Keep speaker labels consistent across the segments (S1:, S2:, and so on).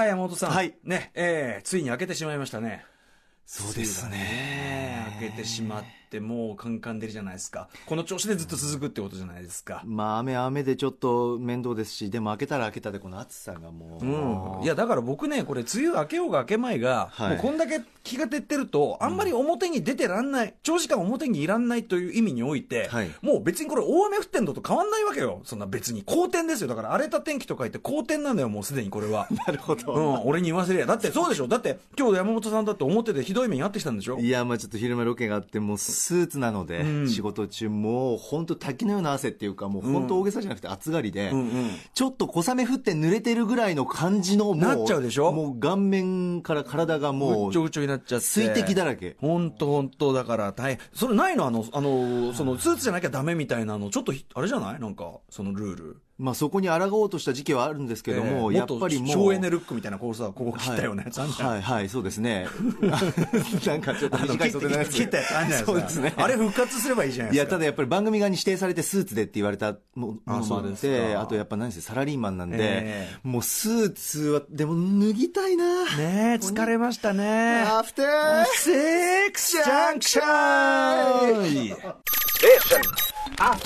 S1: あ、山本さん。
S2: はい
S1: ね、えーついに開けてしまいましたね。
S2: そうです
S1: 梅
S2: ね
S1: 雨がね開けてしまって、もうカンカン出るじゃないですか。この調子でずっと続くってことじゃないですか。
S2: まあ雨は雨でちょっと面倒ですしでも開けたら開けたでこの暑さがもう、
S1: うん、いやだから僕ね、これ、梅雨明けようが明けまいが、
S2: はい
S1: もうこんだけ気が照ってると、あんまり表に出てらんない、長時間表にいらんないという意味において、
S2: はい
S1: もう別にこれ、大雨降ってんのと変わんないわけよ、そんな別に、好天ですよ、だから荒れた天気と書いて、好天なんだよ、もうすでにこれ は。
S2: なるほ
S1: う
S2: ど、
S1: ん、俺に言わせりゃ、だってそうでしょ、だって今日山本さんだって表でひどい目に遭ってきたんでしょ。
S2: いやまあちょっと昼間ロケがあってもうスーツなので、
S1: うん
S2: 仕事中もう本当滝のような汗っていうかもう本当大げさじゃなくて暑がりで、
S1: うんうん
S2: ちょっと小雨降って濡れてるぐらいの感じのもう
S1: なっちゃうでしょ
S2: もう顔面から体がも
S1: ぐっちょ
S2: う
S1: ぐちょになっちゃって。
S2: 水滴だらけ
S1: 本当本当だから大変。それないのあの、あの、その、スーツじゃなきゃダメみたいなの、ちょっとひ、あれじゃないなんか、そのルール。
S2: まあそこに抗おうとした時期はあるんですけども、
S1: ええ
S2: やっぱりもう
S1: っと省エネルックみたいな、こうさ、ここ切ったよね。あんじゃん
S2: はいはいそうです ねなんかちょっと
S1: あの
S2: 短い袖のやつ
S1: 切ったやつあんじゃない
S2: そうですね
S1: あれ復活すればいいじゃない
S2: い
S1: です
S2: や、
S1: か。
S2: ただやっぱり番組側に指定されてスーツでって言われたもも
S1: あ
S2: のもあ
S1: そう
S2: っ
S1: です
S2: て、
S1: か
S2: あとやっぱ何せサラリーマンなんで、
S1: え
S2: もうスーツは、でも脱ぎたいな、
S1: ねえ、疲れましたね。
S2: アフター
S1: セックスジャンクション6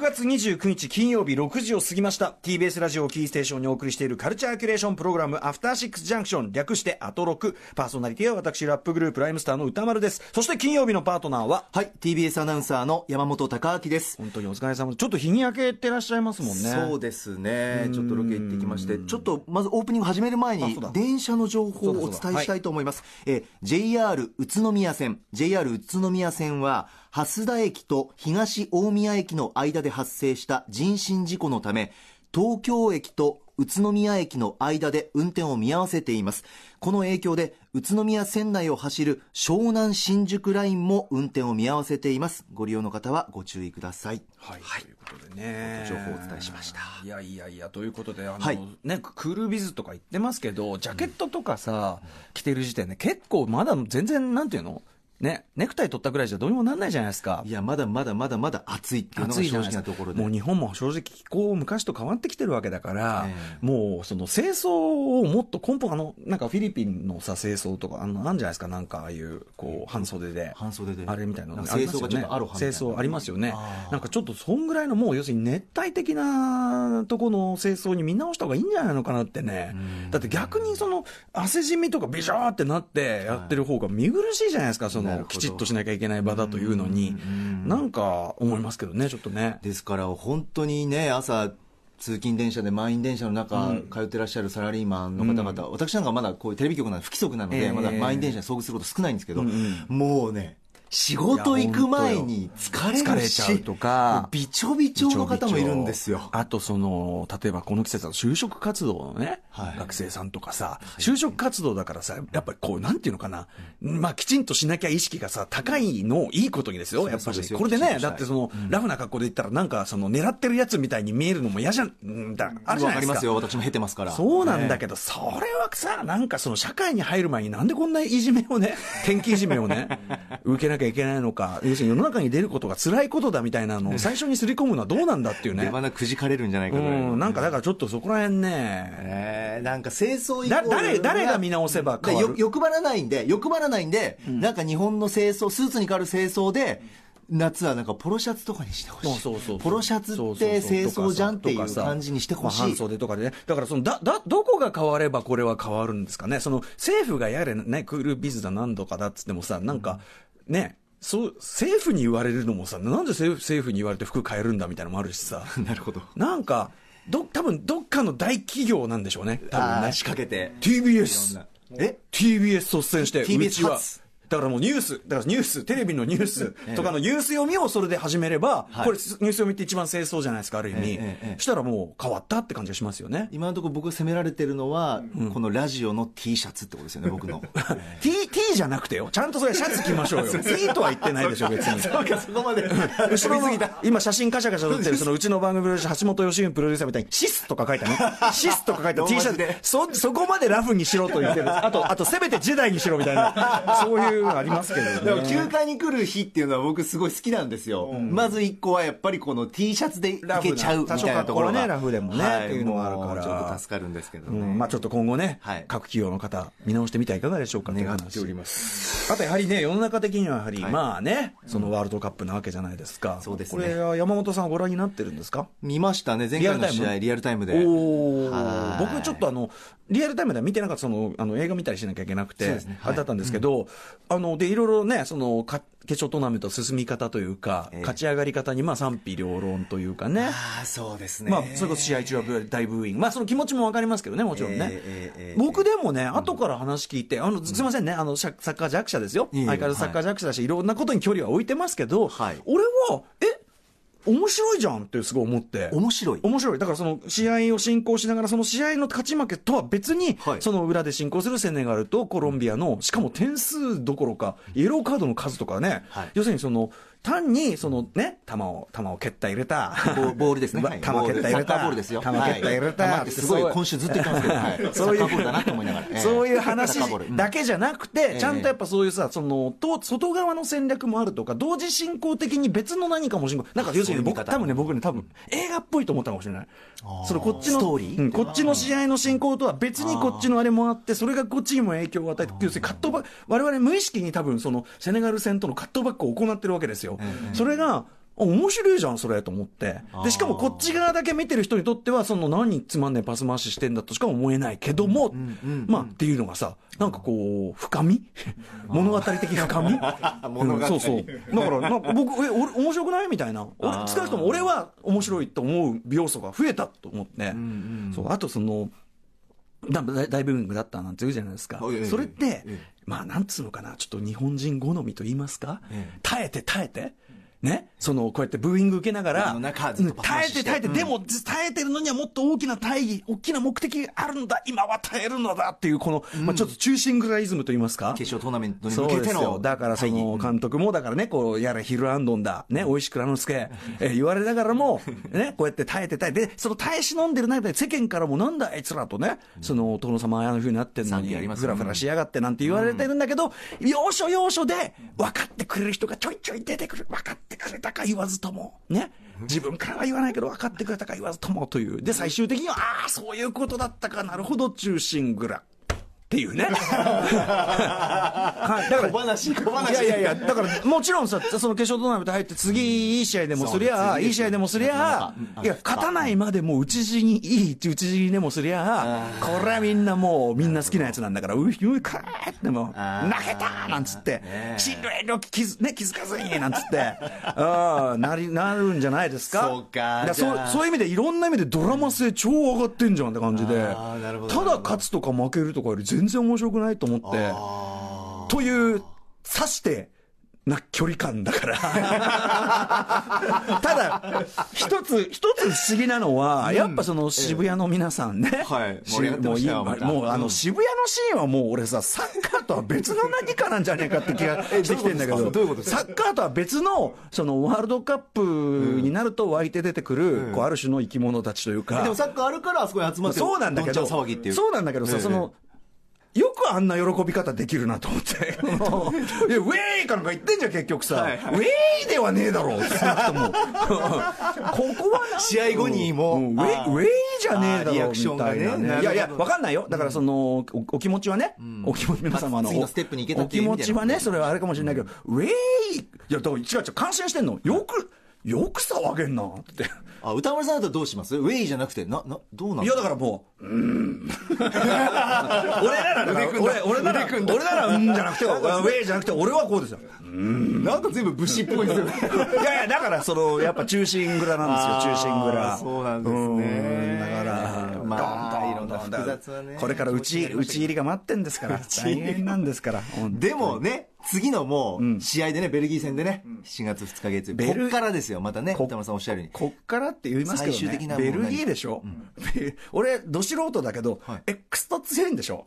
S1: 月29日金曜日6時を過ぎました TBS ラジオをキーステーションにお送りしているカルチャーキュレーションプログラム「アフターシックスジャンクション」略して「アトロク」パーソナリティは私ラップグループライムスターの歌丸ですそして金曜日のパートナーは
S2: はい、TBS アナウンサーの山本隆明です。
S1: 本当にお疲れ様ちょっと日に焼けてらっしゃいますもんね
S2: そうですね。ちょっとロケ行ってきまして、ちょっとまずオープニング始める前
S1: あ
S2: に
S1: そうだ、
S2: 電車の情報をお
S1: そうだそう
S2: 伝
S1: だ
S2: えしたいと思います。えー JR 宇都宮線、JR 宇都宮線は、蓮田駅と東大宮駅の間で発生した人身事故のため、東京駅と宇都宮駅の間で運転を見合わせています。この影響で、宇都宮線内を走る湘南新宿ラインも運転を見合わせています。ご利用の方はご注意ください。
S1: はい、ということでね
S2: 情報をお伝えしました
S1: いやいやいやということであの、
S2: はい
S1: ね、クールビズとか言ってますけどジャケットとかさ、着てる時点で結構まだ全然なんていうのね、ネクタイ取ったぐらいじゃどうにもなんないじゃないですか
S2: い。や、まだまだまだまだ暑いっていうのが
S1: 暑いじ
S2: 正
S1: ゃないで
S2: 直
S1: す
S2: な
S1: か
S2: ところで。
S1: もう日本も正直気候昔と変わってきてるわけだから、
S2: え
S1: もうその清掃をもっと根本あのなんかフィリピンのさ清掃とかあのあんじゃないですかなんかああいうこう半袖で
S2: 半袖で
S1: あれみたいなの
S2: んか清掃がちょっとアロハみたいな
S1: 清掃ありますよね
S2: あー
S1: なんかちょっとそんぐらいのもう要するに熱帯的なとこの清掃に見直した方がいいんじゃないのかなってねだって逆にその汗染みとかビシャーってなってやってる方が見苦しいじゃないですかそ
S2: なる
S1: の
S2: ほど
S1: きちっとしなきゃいけない場だというのになんか思いますけどねちょっとね。
S2: ですから、本当にね、朝、通勤電車で満員電車の中、通ってらっしゃるサラリーマンの方々、私なんかまだこういうテレビ局なので不規則なので、
S1: ええ
S2: まだ満員電車に遭遇すること少ないんですけど、もうね、仕事
S1: いや
S2: 行く前に疲れるし
S1: 疲れちゃうとか
S2: びちょびちょの方もいるんですよ。
S1: あとその、例えばこの季節の就職活動のね、
S2: はい
S1: 学生さんとかさ、就職活動だからさ、やっぱりこう、なんていうのかな、まあきちんとしなきゃ意識がさ、高いのをいいことにですよ、やっぱ
S2: そうで
S1: り。
S2: すよ
S1: これで
S2: きちん
S1: ね、
S2: とした
S1: だ
S2: い
S1: ってその、ラフな格好で言ったらなんかその、狙ってるやつみたいに見えるのも嫌じゃん、うんだ、あるじゃ
S2: わ
S1: ないで
S2: かり
S1: す
S2: ま
S1: か
S2: す。よ、私も経てますから。
S1: そうなんだ
S2: ね
S1: けど、それはさ、なんかその社会に入る前になんでこんないじめを ね、天気いじめをね、受けなきゃいけないのか、要するに世の中に出ることが辛いことだみたいなのを最初にすり込むのはどうなんだっていう
S2: 出
S1: ね。
S2: 花くじかれるんじゃないかぐらいの
S1: うん、なんかだからちょっとそこら辺ね、
S2: えーなんか清掃イコー
S1: だ
S2: ル
S1: 誰誰が見直せば変わる
S2: でよ欲張らないんで、欲張らないんで、なんか日本の清掃、スーツに変わる清掃で、夏はなんかポロシャツとかにしてほしい。
S1: もうそうそうそう
S2: ポロシャツって
S1: そうそうそう
S2: 清掃じゃんってい
S1: とか
S2: う
S1: さ
S2: 感じにしてほし
S1: まあ半
S2: い。
S1: 袖とかでね。だからその、だ、だ、どこが変わればこれは変わるんですかね。その、政府がやれね、クールビズだなんとかだっつってもさ、なんか、ね、そう、政府に言われるのもさ、なんで政府政府に言われて服変えるんだみたいなのもあるしさ。
S2: なるほど。
S1: なんか、ど、多分どっかの大企業なんでしょうね。多分
S2: あー
S1: ね。
S2: 仕掛けて。い
S1: TBS
S2: ろんな。え
S1: TBS 率先して、
S2: TBS
S1: うちは
S2: 初。
S1: だからもうニュース、だからニュース、テレビのニュースとかのニュース読みをそれで始めれば、
S2: はい
S1: これニュース読みって一番清掃じゃないですか、ある意味。
S2: ええええええ
S1: したらもう変わったって感じがしますよね。
S2: 今のところ僕が責められてるのは、このラジオの T シャツってことですよね、僕の。
S1: T、T じゃなくてよ。ちゃんとそれシャツ着まし ょうよ。T とは言って ないでしょ、別に。
S2: そうか、そ こまで。
S1: 後ろの、今写真カシャカシャ撮ってる、そのうちの番組の橋本良文プロデューサーみたいに、シスとか書いたね。 シスとか書いた T シャツ
S2: ローマ字で
S1: そ、そこまでラフにしろと言ってる。あと、あと、せめてジェダイにしろみたいな、そういういうのありますけどね
S2: でも休暇に来る日っていうのは僕すごい好きなんですよ。まず一個はやっぱりこの T シャツでいけちゃうみたいなところ
S1: ラフな多少格好
S2: が。
S1: ねラフでもねっていうのがあるから
S2: もうちょっと助かるんですけど
S1: う
S2: ね。
S1: んまあちょっと今後ね、
S2: はい
S1: 各企業の方、見直してみてはいかがでしょうか
S2: 願
S1: と。
S2: っております
S1: あとやはりね、世の中的にはやはり、まあね、そのワールドカップなわけじゃないですか。
S2: そうですね
S1: これは山本さんご覧になってるんですか
S2: 見ましたね、前回の試合リアルタイムで。
S1: お
S2: は
S1: ー
S2: い
S1: 僕ちょっとあの、リアルタイムでは見てなかった、その、あの、映画見たりしなきゃいけなくて、
S2: そうですね
S1: あれだったんですけど、あの、で、いろいろね、その、か決勝トーナメント進み方というか、
S2: ええ
S1: 勝ち上がり方に、まあ賛否両論というかね。
S2: ああ、そうですね。
S1: まあ、それこそ試合中は大ブーイング、まあ、その気持ちも分かりますけどね、もちろんね、
S2: ええええええ
S1: 僕でもね、後から話聞いて、あのすみませんね、あのシャサッカー弱者ですよ、
S2: いえいえ
S1: 相変わらずサッカー弱者だし、い、ろんなことに距離は置いてますけど、
S2: はい
S1: 俺は、え面白いじゃんってすごい思って。
S2: 面白い。
S1: 面白いだからその試合を進行しながら、その試合の勝ち負けとは別に、
S2: はい
S1: その裏で進行するセネガルとコロンビアの、しかも点数どころか、イエローカードの数とかね、
S2: はい
S1: 要するにその単にその、ね、球を球を蹴った、入れ た、
S2: ボボールですね。
S1: うわ
S2: はい
S1: 球蹴った
S2: ボー
S1: 入れ
S2: ル
S1: た
S2: サッカーボールですよ。
S1: 球蹴った入れた
S2: はい球ってすご
S1: そう
S2: い、今週ずっと言ってますけど、はい サ
S1: そうい
S2: ッ
S1: う
S2: カーボールだなと思いながら。ええ
S1: そういう
S2: サ
S1: 話
S2: ッカーボールうん
S1: だけじゃなくて、
S2: え
S1: ちゃんとやっぱそういうさ、その、と外側の戦略もあるとか、同時進行的に別の何かも進行、なんか要するに
S2: そういう見
S1: 僕、
S2: 方
S1: 多分ね、僕ね、多分映画っぽいと思ったかもしれない。それこっちの、
S2: ストーリー
S1: うんこっちの試合の進行とは別にこっちのあれもあって、それがこっちにも影響を与えて、要するにカットバック、我々無意識に多分その、セネガル戦とのカットバックを行ってるわけですよ。それが、あ面白いじゃん、それ、と思って。で、しかもこっち側だけ見てる人にとっては、その何つまんねえパス回ししてんだとしか思えないけども、まあ、っていうのがさ、なんかこう、深み物語的深みう
S2: 物語
S1: んそうそう。だから、なんか僕、え、俺、面白くないみたいな。俺、少なくとも俺は面白いと思う要素が増えたと思って。そう、あとその、だ大大ブーイングだったなんて言うじゃないですか
S2: はいええ。
S1: それって
S2: ええ、
S1: まあなんつうのかな、ちょっと日本人好みと言いますか
S2: ええ、
S1: 耐えて耐えて。ね、そのこうやってブーイング受けなが
S2: あ
S1: ら
S2: の中ずっとパス回
S1: 耐え
S2: して
S1: て耐えて、
S2: うん
S1: でも耐えてるのにはもっと大きな大義大きな目的があるんだ今は耐えるのだっていうこの、まあ、ちょっと中心ぐらいイズムと言いますか
S2: 決勝トーナメントに
S1: そ
S2: 向
S1: う
S2: け
S1: で
S2: て
S1: すよ
S2: の。
S1: だからその監督も、だからね、こう、やれ、ヒルアンドンだ、ね、美味しくらのすけ、えー言われながら も、ね、こうやって耐えて耐えて、で、その耐え忍んでる中で世間からもなんだあいつらとね、その、殿様ああいう風になってんの
S2: 賛
S1: に、
S2: 否あります
S1: ふ
S2: よ
S1: ら
S2: ね
S1: ふらしやがってなんて言われてるんだけど、要所要所で分かってくれる人がちょいちょい出てくる。分かってくれたか言わずとも、ね。自分からは言わないけど分かってくれたか言わずともという。で、最終的には、ああ、そういうことだったか、なるほど、中心ぐら。っていう ね。はい。だから
S2: 小話、小話。
S1: いやいやいや、だから、もちろんさ、その決勝トーナメント入って、次、いい試合でもすり
S2: そう
S1: ゃ、
S2: です
S1: いい試合でもすりゃ
S2: うんう、ん
S1: いや、勝たないまでも、打ち死に、いい打ち死にでもすりゃ、これはみんなもう、みんな好きなやつなんだから、うひうかーってもう、
S2: あー
S1: 泣けたーなんつって
S2: ね、え
S1: 進路への気づ、ね、気づかずに、なんつって、あーなり、なるんじゃないですか。
S2: そうか
S1: だ
S2: じ
S1: そ
S2: ゃ
S1: う
S2: あ
S1: そういう意味で、いろんな意味でドラマ性超上がってんじゃんって感じで、
S2: あーなるほど
S1: ただ勝つとか負けるとかより全然面白くないと思って、という、刺して、な距離感だから。 ただ、一つ、一つ不思議なのは、やっぱその渋谷の皆さんね。
S2: はい
S1: し
S2: 盛り上がって
S1: も
S2: ま
S1: うい
S2: し
S1: い
S2: たよ
S1: も
S2: また
S1: うあの渋谷のシーンはもう俺さ、サッカーとは別の何かなんじゃねえかって気 がしてきてんだけど、
S2: どういうことですか
S1: サッカーとは別の、そのワールドカップになると湧いて出てくる、こうある種の生き物たちというか。
S2: でもサッカーあるからあそこに集まって
S1: そうなんだけど、
S2: んちゃん騒ぎっていう。
S1: そうなんだけどさ、
S2: ええ
S1: その、よくあんな喜び方できるなと思 って。いや、ウェーイかなんか言ってんじゃん、結局さ。
S2: はいはい
S1: ウェーイではねえだろう、 少なくとも。ここはなん
S2: 試合後にも
S1: うんウェイ
S2: あー
S1: ウェイじゃねえだろう、
S2: あーリアクションがね
S1: みたいな
S2: なるほど
S1: いやいや、わかんないよ。だからその、おお気持ちはね、お気持ち、皆様の。
S2: 次のステップに行けた
S1: お
S2: って
S1: 気
S2: いう意
S1: 持
S2: 味で
S1: ちはね、それはあれかもしれないけど、ウェーイいや、だから違う違う、感心してんの。よく、よく騒げんな、って。
S2: あ、歌丸さんだったらどうしますウェイじゃなくて、な、な、どうなの
S1: いやだからもう、うーん。俺ならだから、俺、俺なら、俺なら、うんじゃなくて、ウェイじゃなくて、俺はこうですよ。
S2: なんか全部武士っぽいですよ ね。
S1: いやいや、だから、その、やっぱ中心蔵なんですよ、中心蔵。
S2: そうなんですね。
S1: だから、
S2: まあ、いろ
S1: ど
S2: ん
S1: んど
S2: なん
S1: どんどん
S2: 複雑はね。
S1: これから打ち、打ち入りが待ってんですから、大変なんですから。本当に
S2: でもね、次のもう、試合でね、ベルギー戦でね、7月2日月曜日。
S1: ベル
S2: こっからですよ、またね、
S1: こ
S2: 歌丸さんおっしゃるように。
S1: こっからって言いますけど
S2: 最終的
S1: ね
S2: な。もう
S1: ベ
S2: 何
S1: ルギーでしょ、ベ俺、ど素人だけど、
S2: はい
S1: エクスト強いんでしょ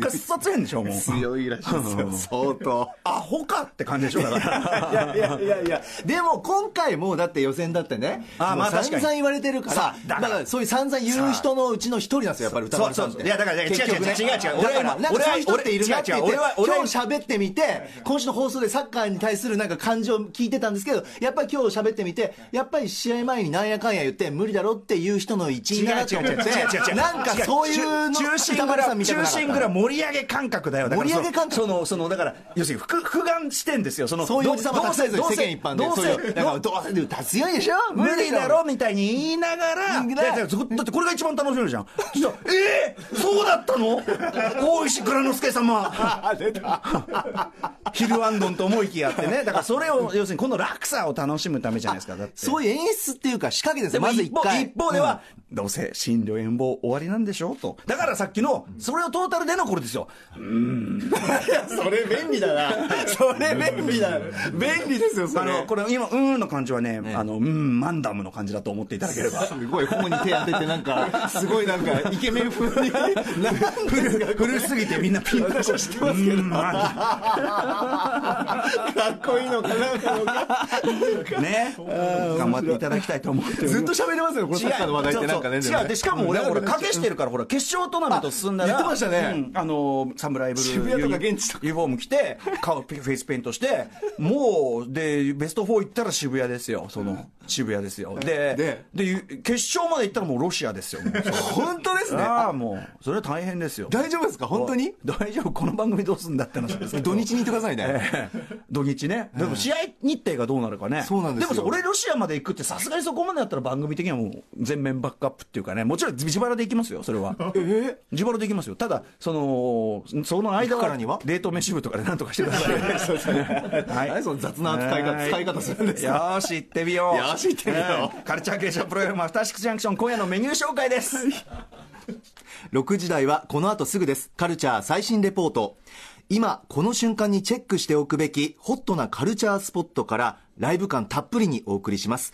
S1: かっさ強いんでしょもう
S2: 強いら しいですよ相当
S1: アホかって感じでしょだから
S2: いやいやいやいやでも今回もうだって予選だってね
S1: あーまあ
S2: もう
S1: 確か
S2: 散
S1: に
S2: 々言われてるから
S1: さあだ
S2: だ
S1: か
S2: かららそういう散々言う人のうちの一人なんですよやっぱり歌丸さんっ
S1: そうそう
S2: て
S1: そういやだからいや
S2: 結局ね
S1: 違う違う違う違う
S2: 俺は
S1: だから
S2: 今なんかそういう人っているなって言って
S1: 俺は俺は俺は
S2: 今日喋ってみて今週の放送でサッカーに対するなんか感情聞いてたんですけどやっぱり今日喋ってみてやっぱり試合前になんやかんや言って無理だろっていう人の一員だなって思ってなんかそういうの
S1: 中心
S2: 歌
S1: ぐ
S2: 丸さ
S1: ら
S2: んみたいな
S1: 中心
S2: のなかった
S1: ぐら盛り上げ感覚だよだから
S2: 盛り上げ感覚
S1: そのそのだから要するにふく俯瞰してんですよその
S2: そういうおじさまたくさんいる
S1: ど
S2: 世
S1: うせ
S2: 間一般で
S1: どう
S2: そう
S1: せ
S2: いうだからどうせで歌強いでしょ
S1: 無
S2: で
S1: 理
S2: し
S1: だろみたいに言いながら
S2: うん
S1: いやいやずだってこれが一番楽しめるじゃんそしたらえー、そうだったの大石蔵之介様
S2: あ 出た
S1: ヒルアンドンと思いきやってねだからそれを要するにこの落差を楽しむためじゃないですかだって
S2: そういう演出っていうか仕掛けです
S1: で
S2: よ
S1: も
S2: まず
S1: 一
S2: 一
S1: 方
S2: 回
S1: 一方では、どうせ診療遠望終わりなんでしょうとだからさっきのそれをトータルでのこれですよ
S2: それ便利だな それ便利だ便利ですよ
S1: あのこれ今「うーん」の感じはね「あのうーんマンダム」の感じだと思っていただければ
S2: すごい頬に手当ててなんかすごい なんかイケメン風になんですか
S1: 古すぎてみんなピンと
S2: 私は知ってますけど
S1: うーんマンダ
S2: かっこいいのかな
S1: ムね頑張っていただきたいと思っております
S2: ずっと喋れますよこのサッカーの話題ってなんかね
S1: そうそう違うでしかも俺
S2: なん
S1: ほ
S2: か
S1: 賭
S2: ら
S1: けしてるからほら決勝トーナメント進んだら
S2: あ言ってましたね
S1: うんあのサムライブルー
S2: 渋谷とか現地とか
S1: ユニフォーム着て顔フェイスペイントしてもうでベスト4行ったら渋谷ですよその渋谷ですよで
S2: で
S1: でゆ決勝まで行ったらもうロシアですよもう
S2: 本当 ですね
S1: ああもうそれは大変ですよ
S2: 大丈夫ですか本当に
S1: 大丈夫この番組どうすんだって話ですけど
S2: 土日に行ってくださいね
S1: ええ 土日ね、でも試合日程がどうなるかね、
S2: そうなんですよ
S1: もさ、俺、ロシアまで行くって、さすがにそこまでだったら番組的にはもう全面バックアップっていうかね、もちろん自腹で行きますよ、それ は。自腹で行きますよ、ただ、そのその間
S2: 行くからには
S1: 冷凍飯部とかでなんとかしてください。はい
S2: 何その雑な扱い方使い方するんですか
S1: よーし、行ってみよう。
S2: よーし行ってみよう
S1: うんカルチャー継承プログラム、アフターシックスジャンクション、今夜のメニュー紹介です。
S2: 6時台はこの後すぐです。カルチャー最新レポート。今、この瞬間にチェックしておくべきホットなカルチャースポットからライブ感たっぷりにお送りします。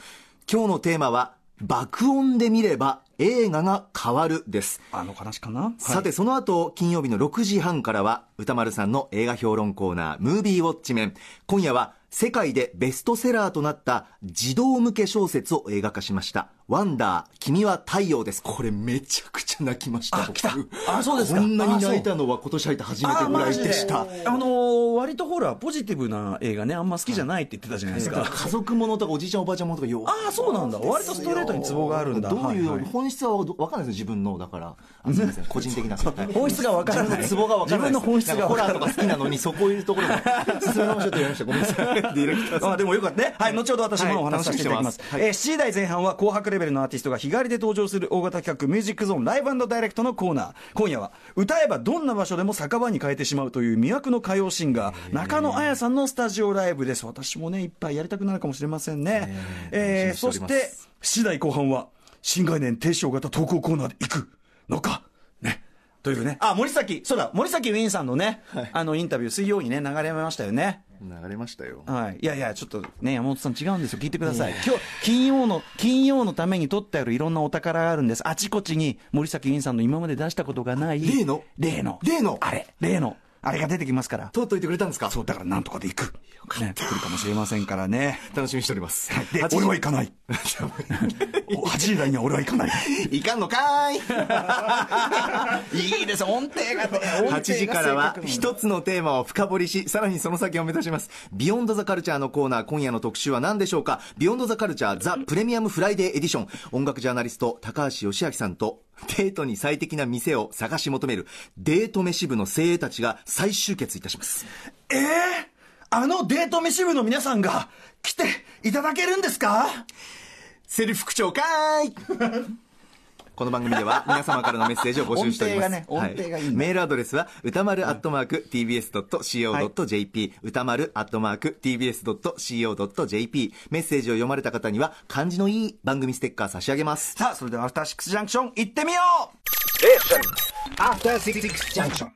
S2: 今日のテーマは、爆音で見れば映画が変わるです。
S1: あの話かな、
S2: さて、その後、金曜日の6時半からは、歌丸さんの映画評論コーナー、ムービーウォッチメン。今夜は、世界でベストセラーとなった児童向け小説を映画化しました。ワンダー、君は太陽です。これめちゃくちゃ泣きました。
S1: あ
S2: 僕
S1: 来たあそうですか
S2: こんなに泣いたのは今年入って初めてぐらいでした
S1: あ。マジであのー割とほらポジティブな映画ねあんま好きじゃないって言ってたじゃないですか
S2: 家族ものとかおじいちゃんおばあちゃんものとかよう
S1: ああそうなんだ割とストレートにツボがあるんだ
S2: どういう、
S1: はいはい
S2: 本質は分かんないですよ自分のだからあすいま せん個人的な
S1: 本質が分からない
S2: 自分のツボが分か
S1: 自
S2: らない
S1: 分の本質が分
S2: ホ
S1: から
S2: ラ
S1: ない
S2: ーとか好きなのにそこいるところが 進めましょうと言いましたごめんなさい ディレクターさん
S1: あでもよかったね、はい、後ほど私もお話しさせていただきます、
S2: はい楽しみ
S1: えー、
S2: にしてます
S1: 7時台前半は紅白レベルのアーティストが日替わりで登場する大型企画「ミュージックゾーンライブダイレクト」のコーナー今夜は歌えばどんな場所でも酒場に変えてしまうという魅惑の歌謡シンガー中野綾さんのスタジオライブです私もねいっぱいやりたくなるかもしれませんね、えーそ
S2: 楽し
S1: し
S2: みにしておりま
S1: て7時台後半は新概念提唱型投稿コーナーで行くのかねというね、あ森崎、そうだ、森崎ウィンさんのね、あのインタビュー、水曜にね、流れましたよね。
S2: 流れましたよ
S1: はい、いやいや、ちょっとね、山本さん、違うんですよ、聞いてください、今日金曜の金曜のために取ってあるいろんなお宝があるんです、あちこちに森崎ウィンさんの今まで出したことがない、
S2: 例の
S1: 例の、
S2: 例の
S1: あれ、例の、あれが出てきますから、
S2: とうとう言ってくれたんですか
S1: そう、だからなんとかで行く、ね、来るかもしれませんからね、
S2: 楽しみにしております
S1: で
S2: 8 時
S1: 俺は行かない、お8時台には俺は行かない。
S2: いかんのか ーいいい
S1: いいです音程がね
S2: 8時からは一つのテーマを深掘りし、さらにその先を目指します。ビヨンドザカルチャーのコーナー、今夜の特集は何でしょうかビヨンドザカルチャーザ・プレミアムフライデーエディション。音楽ジャーナリスト、高橋義明さんと、デートに最適な店を探し求める、デート飯部の精鋭たちが再集結いたします。
S1: えー、あのデート飯部の皆さんが来ていただけるんですか
S2: セリフ口調かーい この番組では皆様からのメッセージを募集しております。
S1: 音程がね音程がいいんだ
S2: メールアドレスは、歌丸アットマーク tbs.co.jp、歌丸アットマーク tbs.co.jp。メッセージを読まれた方には、漢字のいい番組ステッカー差し上げます。
S1: さあそれではアフターシックスジャンクション行ってみよう
S3: After Six Junction.